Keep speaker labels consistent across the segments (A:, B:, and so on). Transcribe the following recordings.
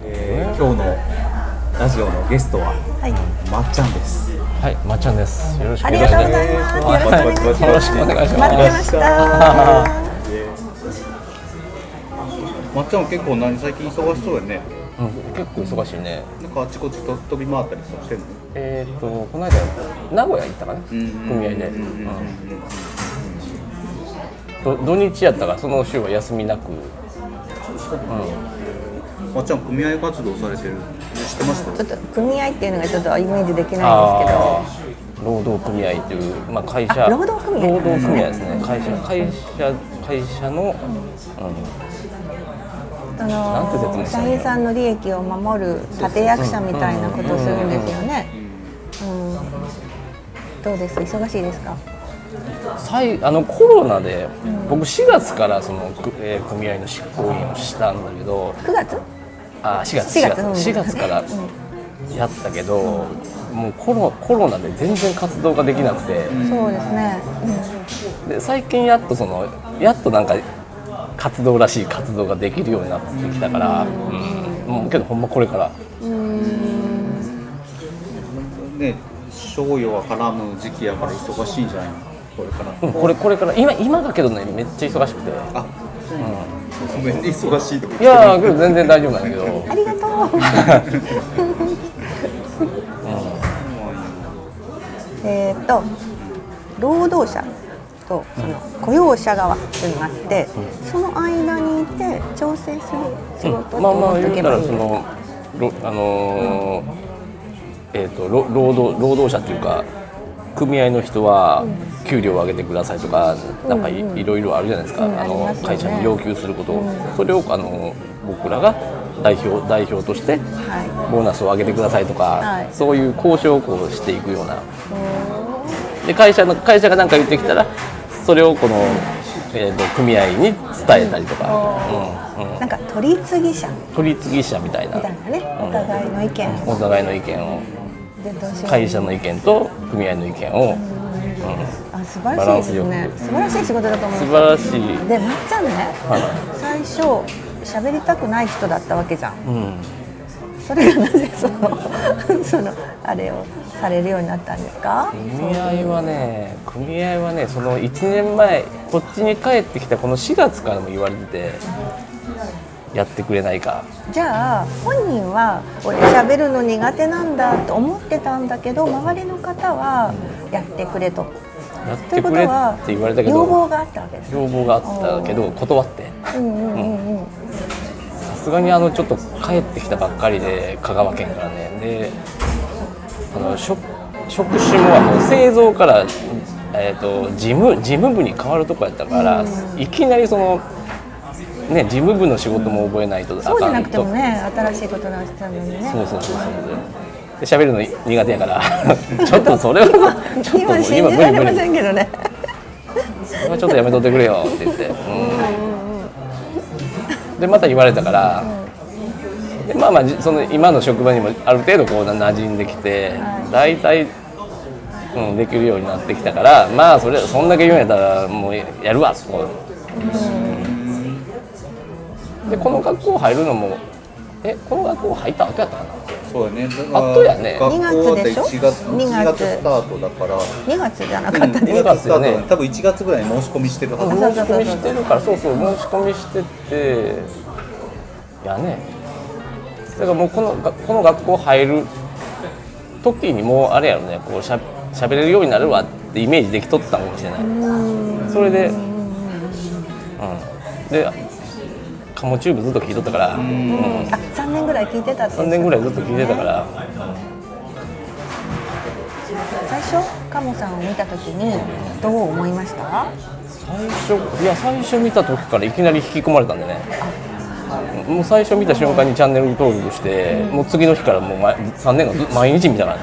A: 今日のラジオのゲストは
B: はい、
A: まっちゃんです
C: はい、まっちゃんです。よろしく
B: あ
C: お
B: り
C: 願い
B: が
C: し
B: と
C: ま
B: うございます。よろしくお願いします。
C: よろしくお願いし
B: 待って
C: ま
B: ました。
D: まっちゃんは結構何最近忙しそうやね
C: す。うん、結構忙しいね。
D: なんかあちこちと飛び回ったりとかしてんの
C: えっ、と、この間、名古屋行ったかな、
D: ん
C: 組合で。うんど土日やったから、その週は休みなく。
D: まっちゃん組合活動されてる知ってました
B: ちょっと組合っていうのがちょっとイメージできないんですけど。
C: あー労働組合という、まあ、会
B: あ
C: 社。
B: 労働組合
C: 労働組合ですね。会社、会社、会社の。
B: あ
C: なんて説
B: の
C: 明した
B: 社
C: らいいの
B: 員さんの利益を守る立役者みたいなことをするんですよね。うんどうです忙しいですか。
C: うん、さい、あの、コロナで、僕4月から、その、くえー組合の執行員をしたんだけど。
B: 9月？
C: あ4月
B: 4月うん
C: 4月4月からやったけど、もうコロコロナで全然活動ができなくて、
B: そうですね。
C: で最近やっとそのやっとなんか活動らしい活動ができるようになってきたから、うんもうけどほんまこれから
D: ね商用は絡む時期やから忙しいんじゃないのこれから、
C: うんこれこれから今今だけどねめっちゃ忙しくて
D: あそうなの、ごめんね忙しいとか
C: いやーけど全然大丈夫なんだけど
B: うん、ありがと う。えーっと労働者とその雇用者側というのがあって、その間にいて調整する仕事って
C: まあま
B: 思
C: あ
B: って
C: 言
B: おけ
C: った
B: ばい
C: ら
B: い
C: そ。のろあのーえっ、とろ労働労働者っていうか組合の人は給料を上げてくださいとか、なんかい,、ろいろあるじゃないですか、
B: うん
C: あの
B: ありますよね
C: 会社に要求することを、それをあの僕らが代表代表として
B: は
C: ボーナスを上げてくださいとか、
B: はい
C: そういう交渉をこうしていくようなで会社の会社が何か言ってきたらそれをこの、えー、と組合に伝えたりとか、うんうん
B: い。なんか取り次ぎ者
C: 取り次ぎ者みたいな
B: みたいなね、お互いの意見
C: お互いの意見を
B: でどうしよう
C: 会社の意見と組合の意見を、うん、
B: あ素晴らしいです
C: バラ
B: ね
C: ンスよく
B: 素晴らしい仕事だと思い
C: 素
B: ま
C: 晴らしい
B: す、でまっちゃんね、
C: は
B: 最初喋りたくない人だったわけじゃん
C: いうん、
B: それがなぜその そのあれをされるようになったんですか、
C: 組合はね組合はねその1年前こっちに帰ってきたこの4月からも言われててやってくれないか
B: じゃあ本人は俺喋るの苦手なんだと思ってたんだけど周りの方はやってくれと。
C: やっ
B: とい
C: て
B: うこ
C: く
B: と
C: れ
B: は
C: って言われたけど
B: 要望があったわけですね。
C: 要望があったけど断って
B: うんうんうんうん。
C: さすがにあのちょっと帰ってきたばっかりで香川県からねであの職職種もあの製造から、えー、と事務事務部に変わるとこやったから、いきなりその、ね、事務部の仕事も覚えないとあかんと
B: そうじゃなくてもね新しいことなんてたのにね。
C: そうそうそうそうで喋るの苦手やから ちょっとそれはちょっとも
B: 今
C: う
B: 信
C: 今
B: じ
C: 無
B: ら
C: 理
B: れ
C: 無
B: ま
C: 理
B: せんけどね。
C: それはちょっとやめとってくれよって言って、うん、でまた言われたから、でまあまあじその今の職場にもある程度こうな馴染んできて、大体、うん、できるようになってきたからまあそれそんだけ言うんやったらもうやるわと思うでこの学校入るのもえこの学校入った後やったかな
D: そうやねだ
C: あとやね
D: 学校だって
B: 二月でしょ
D: 1月
B: 二月
D: 1月スタートだから
B: 2月じゃなかったです。
C: 二
D: 2
C: 月
D: 月
C: ス
D: スター
C: タートだ
D: ト
C: ね
D: 多分1月ぐらいに申し込みしてるはず
C: 申し込みしてるからそうそう申し込みしてていやねだからもうこのがこの学校入る時にもうあれやろねこうしゃ喋れるようになるわってイメージできとったかもしれないそれでうんでカモチューブずっと聞いとったからうん
B: あ3年ぐらい聞いてたって
C: 3年ぐらいずっと聞いてたから
B: 最初カモさんを見た時にどう思いました
C: 最初いや最初見た時からいきなり引き込まれたんでねもう最初見た瞬間にチャンネル登録して、もう次の日からもう毎3年間ず毎日見たからね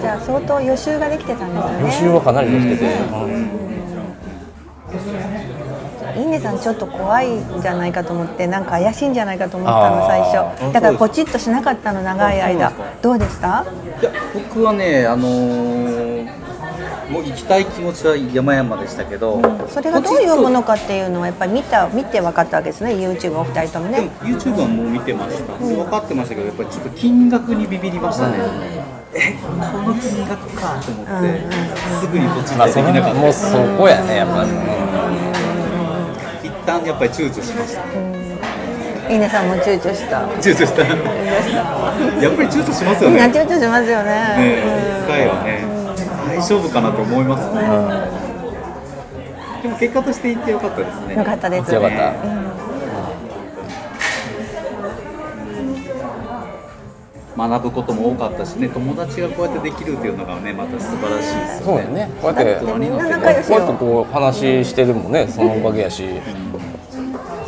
B: じゃあ相当予習ができてたんですよね
C: 予習はかなりできてて、うん
B: インネさんちょっと怖いんじゃないかと思ってなんか怪しいんじゃないかと思ったの最
C: あ
B: 初だからポチッとしなかったの長い間
D: あそうで
B: どうでした
D: いや僕はねあのーもう行きたい気持ちは山々でしたけど、
B: それがどういうものかっていうのはやっぱり見た見て分かったわけですね YouTube お二人とも
D: でも
B: ね
D: YouTube はもう見てました、分かってましたけどやっぱりちょっと金額にビビりましたね、えこの金額かと思って、すぐにポチ
C: ま
D: ッとで
C: あそ
D: き
C: れ
D: なか
C: は
D: った
C: もう
D: です
C: そこやねやっぱり、うん
D: 一旦やっぱり躊躇しました
B: いいねさんも躊躇した
D: 躊躇したやっぱり躊躇しますよ
B: みん
D: ね
B: な
D: ね
B: 躊躇しますよね
D: え一回はね大丈夫かなと思いますねでも結果として行ってよかったですね
B: よかったです
C: よかった
D: 学ぶことも多かったしね友達がこうやってできるっていうのがねまた素晴らしいです
C: そうやねこうやって
B: だってみんな
C: こう
B: 仲
C: や
B: 良
C: っ
B: しよ
C: てこう話してるもんねそのおかげやし、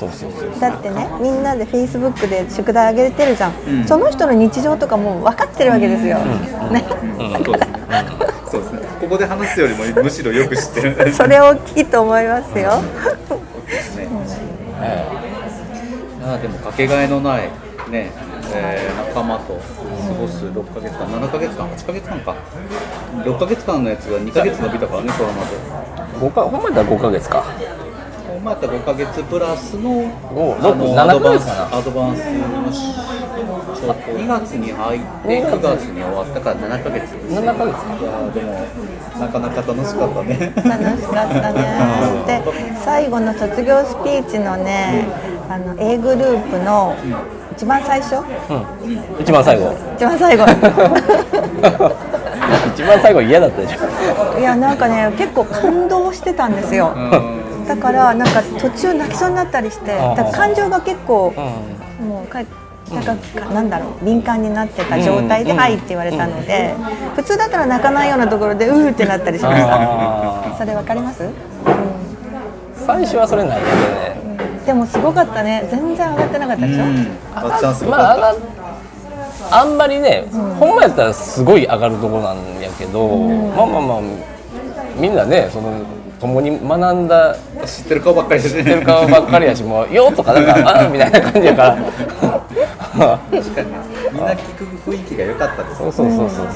C: そうそうそう
B: だってねみんなで Facebook で宿題あげてるじゃん、
D: ん
B: その人の日常とかもう分かってるわけですよ、ね、
D: うんそうですねそうですねここで話すよりもむしろよく知ってるんです
B: それ大きいと思いますよ
D: ね
C: え
D: まあでもかけがえのないね、えー仲間と過ごす6ヶ月間7ヶ月間8ヶ月間か6ヶ月間のやつが2ヶ月伸びたからねコロナで
C: え五かほんまやったら5ヶ月か
D: こうまた5ヶ月プラスの
C: お
D: あの
C: 6
D: アドバンス
C: 7ヶ月かな
D: アドバンスのしちょっと2月に入って9月に終わったから7ヶ月い
C: 7ヶ月か
D: やーでもなかなか楽しかったね
B: 楽しかったね。で最後の卒業スピーチのね、あの A グループの一番最初、
C: うん一番 最後
B: 一番最後。
C: 一番最後嫌だったでしょ
B: いやなんかね結構感動してたんですよ。だからなんか途中泣きそうになったりして、だから感情が結構もうかなんかなんだろう敏感になってた状態で「はい」って言われたので、普通だったら泣かないようなところで「うー」ってなったりしました。
C: あ
B: それわかります？
C: ー最初はそれないけどね
B: でもすごかったね。全然上がってなかったでしょ。
D: あっちゃんすご
C: ま
D: か
C: あ
D: った
C: 上があんまりね、ほんまやったらすごい上がるとこなんやけど、まあまあまあみんなねその共に学んだ
D: 知ってる顔ばっかりですね
C: ってる顔ば っかりや しもう「よ」とかなんか「あ」みたいな感じやから
D: みんな聞く雰囲気が良かったです
C: そうそうそうそう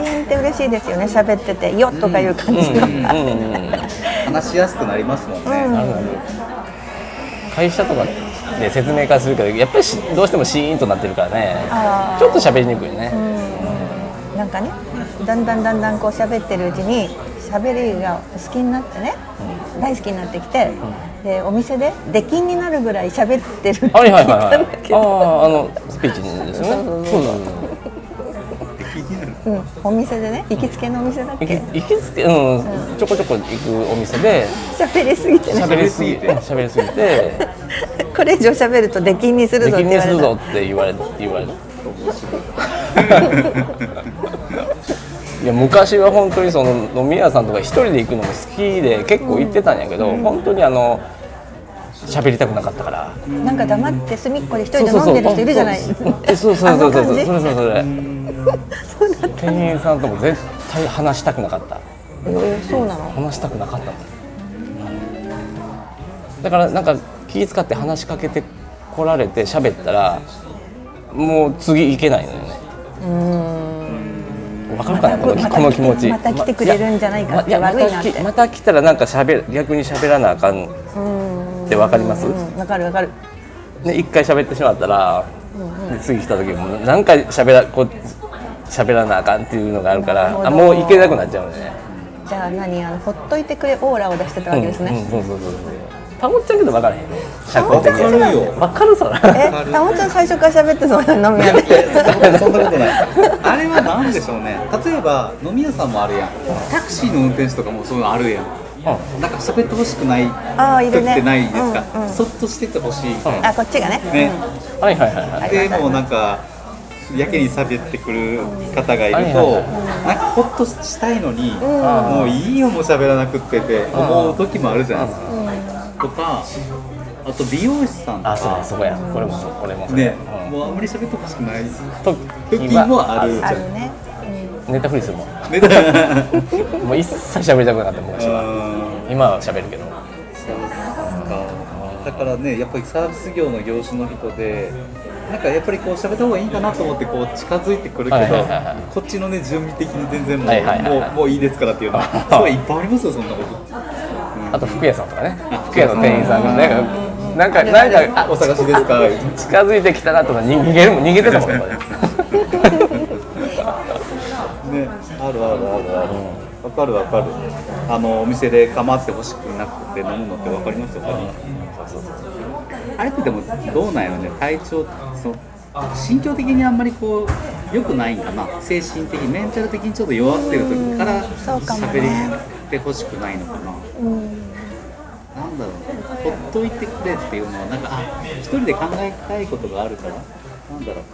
B: 声援って嬉しいですよね喋ってて「よ」とかいう感じの、
C: うんうんうんうん
D: 話しやすくなりますもんね、
C: あるある会社とかで説明会するけどやっぱりしどうしてもシーンとなってるからね
B: あー
C: ちょっと喋りにくいね、
B: なんかねだんだんだんだんこう喋ってるうちに喋りが好きになってね、大好きになってきて、でお店で出禁になるぐらい喋ってるって聞い
C: はいはいはいは
B: た
C: い
B: んだけ
C: あ
B: ど、
C: ああのスピーチですよねそうそうそう
B: うん、お店でね行きつけのお店だっ
C: 行き
B: け
C: 行きつけ、うん、ちょこちょこ行くお店で
B: 喋りすぎてね
C: 喋りすぎて喋りすぎて
B: これ以上喋ると出禁にする
C: 出
B: ぞって
C: 禁
B: 言
C: に
B: わ
C: す
B: れ
C: る
B: た
C: ぞって言われ言われたいや昔は本当にその飲み屋さんとか一人で行くのも好きで結構行ってたんやけど、本当にあの喋りたくなかったから
B: なんか黙って隅っこで一人で飲んでる人いるじゃない
C: そうそうそうそうそうそうそうそうそれそ れそれ
B: そうなの
C: 店員さんとも絶対話したくなかった
B: えーそうなの
C: 話したくなかったもんだからなんか気使って話しかけてこられて喋ったらもう次行けないのよねわかるかな、
B: また
C: こ
B: ま
C: の
B: た
C: この気持ち
B: また来てくれるんじゃないかって
C: やま
B: 悪いなって
C: また来また来たらなんか喋る逆に喋らなあかんってわかります
B: うんわかるわかる
C: ね、一回喋ってしまったら、で次来た時も何回喋らこう喋らなあかんっていうのがあるか
B: なるほ
C: ら
B: ど
C: あもういけなくなっちゃうよね
B: じゃあ何あのほっといてくれオーラを出してたわけですね、
C: うんうん、そうそうそうそうたもっちゃんけど分からへんね社交的
D: わかるよ
C: 分かるそら
B: え、たもちゃん最初から喋ってそうなの飲み屋で。
D: そんなことないあれは何でしょうね例えば飲み屋さんもあるやんタクシーの運転手とかもそういうのあるやんなんか喋ってほしくない
B: あーい
D: 時っ
B: るね
D: てないですか、
B: うんうん
D: そっとしててほしいみたいな
B: あ、こっちがね。
D: ね、
C: はいはいはいはい
D: でもうなんかやけに喋ってくる方がいると、
C: はいはい
D: なんかホッとしたいのに、もういいよもう喋らなくってって思う時もあるじゃないですか、とかあと美容師さんと
C: あそうだ
D: か
C: そこやこれもそうこれもそう
D: ね、
C: うん、
D: もうあんまり喋ってほしくない
C: 時
D: 時もあるじゃ
B: あ
D: ん
B: る ね。
C: ネタフリするもん
D: ねだからうん
C: もう一切喋りたくなかった昔は今は喋るけど
D: そうかだからねやっぱりサービス業の業種の人でなんかやっぱりこう喋った方がいいかなと思ってこう近づいてくるけど、
C: はいはいはいはい
D: こっちのね準備的に全然もう,、
C: はいはいはいはい
D: もうもういいですからっていう のはすごいいっぱいありますよそんなこと。
C: あと服屋さんとかね服屋の店員さんがねなんかなんかなんか
D: お探しですか。
C: あ近づいてきたなとか逃げるもん逃げてたもんやっぱり
D: ね、あるあるあるある。わかるわかる。あのお店で構ってほしくなくて飲むのってわかりますよ。あれってでもどうなんやろね。体調その心境的にあんまりこう良くないんかな。精神的メンタル的にちょっと弱ってる時から
B: うんそうかもね
D: 喋りてほしくないのかな。なんだろう、ほっといてくれっていうのは、なんか、あ一人で考えたいことがあるから、なんだろう、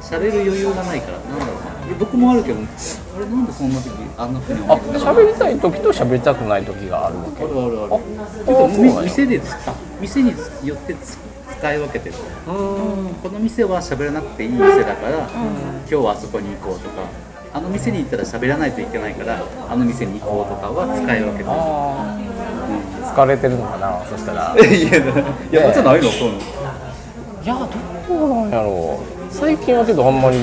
D: 喋る余裕がないから、なんだろうな、僕もあるけど、あれ、なんでそんな時あんなふうに
C: あ
D: 思うんだろう。
C: 喋りたい時と喋りたくない時があるわ
D: あ
C: け
D: るあるある。
C: あ
D: ちょっと
C: そうなんや
D: み店でつあ店によってつ使い分けてる。この店は喋らなくていい店だから、今日はあそこに行こうとか、あの店に行ったら喋らないといけないから、あの店に行こうとかは使い分けてる。
C: あ
D: うん
C: ー疲れてるのかなそしたら
D: いや、いや、じゃないの、そういうの。
C: いやどうなんやろう最近はけどあんまり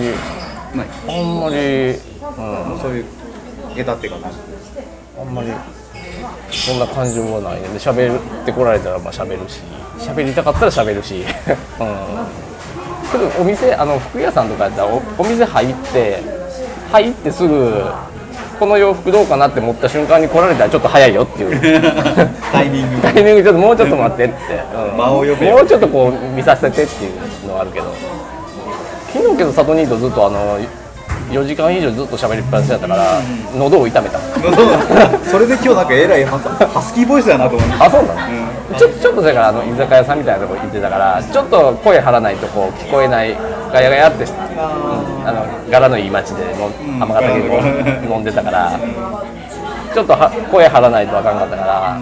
D: ない。
C: あん
D: も
C: まり
D: うそういう下手っていうかな
C: あんまりそんな感情はないねで喋ってこられたらまあ喋るし喋りたかったら喋るし、うん、 けどお店あの服屋さんとかやったらおお店入って入ってすぐこの洋服どうかなって思った瞬間に来られたらちょっと早いよっていう
D: タイミング
C: タイミングちょっともうちょっと待ってって、うん
D: 間を呼べよ
C: もうちょっとこう見させてっていうのはあるけど昨日けど里兄とずっとあの4時間以上ずっと喋りっぱなしだったから喉を痛めた
D: それで今日なんかえらいハスキーボイスだなと思って
C: あそうなの、ちょちょっとだからあの居酒屋さんみたいなとこ行ってたからちょっと声張らないとこう聞こえないガヤガヤってあの柄のいい街での
D: ん
C: 浜ヶ
D: 柄のいい
C: 崎で飲んでたからちょっとは声張らないとあかんかったから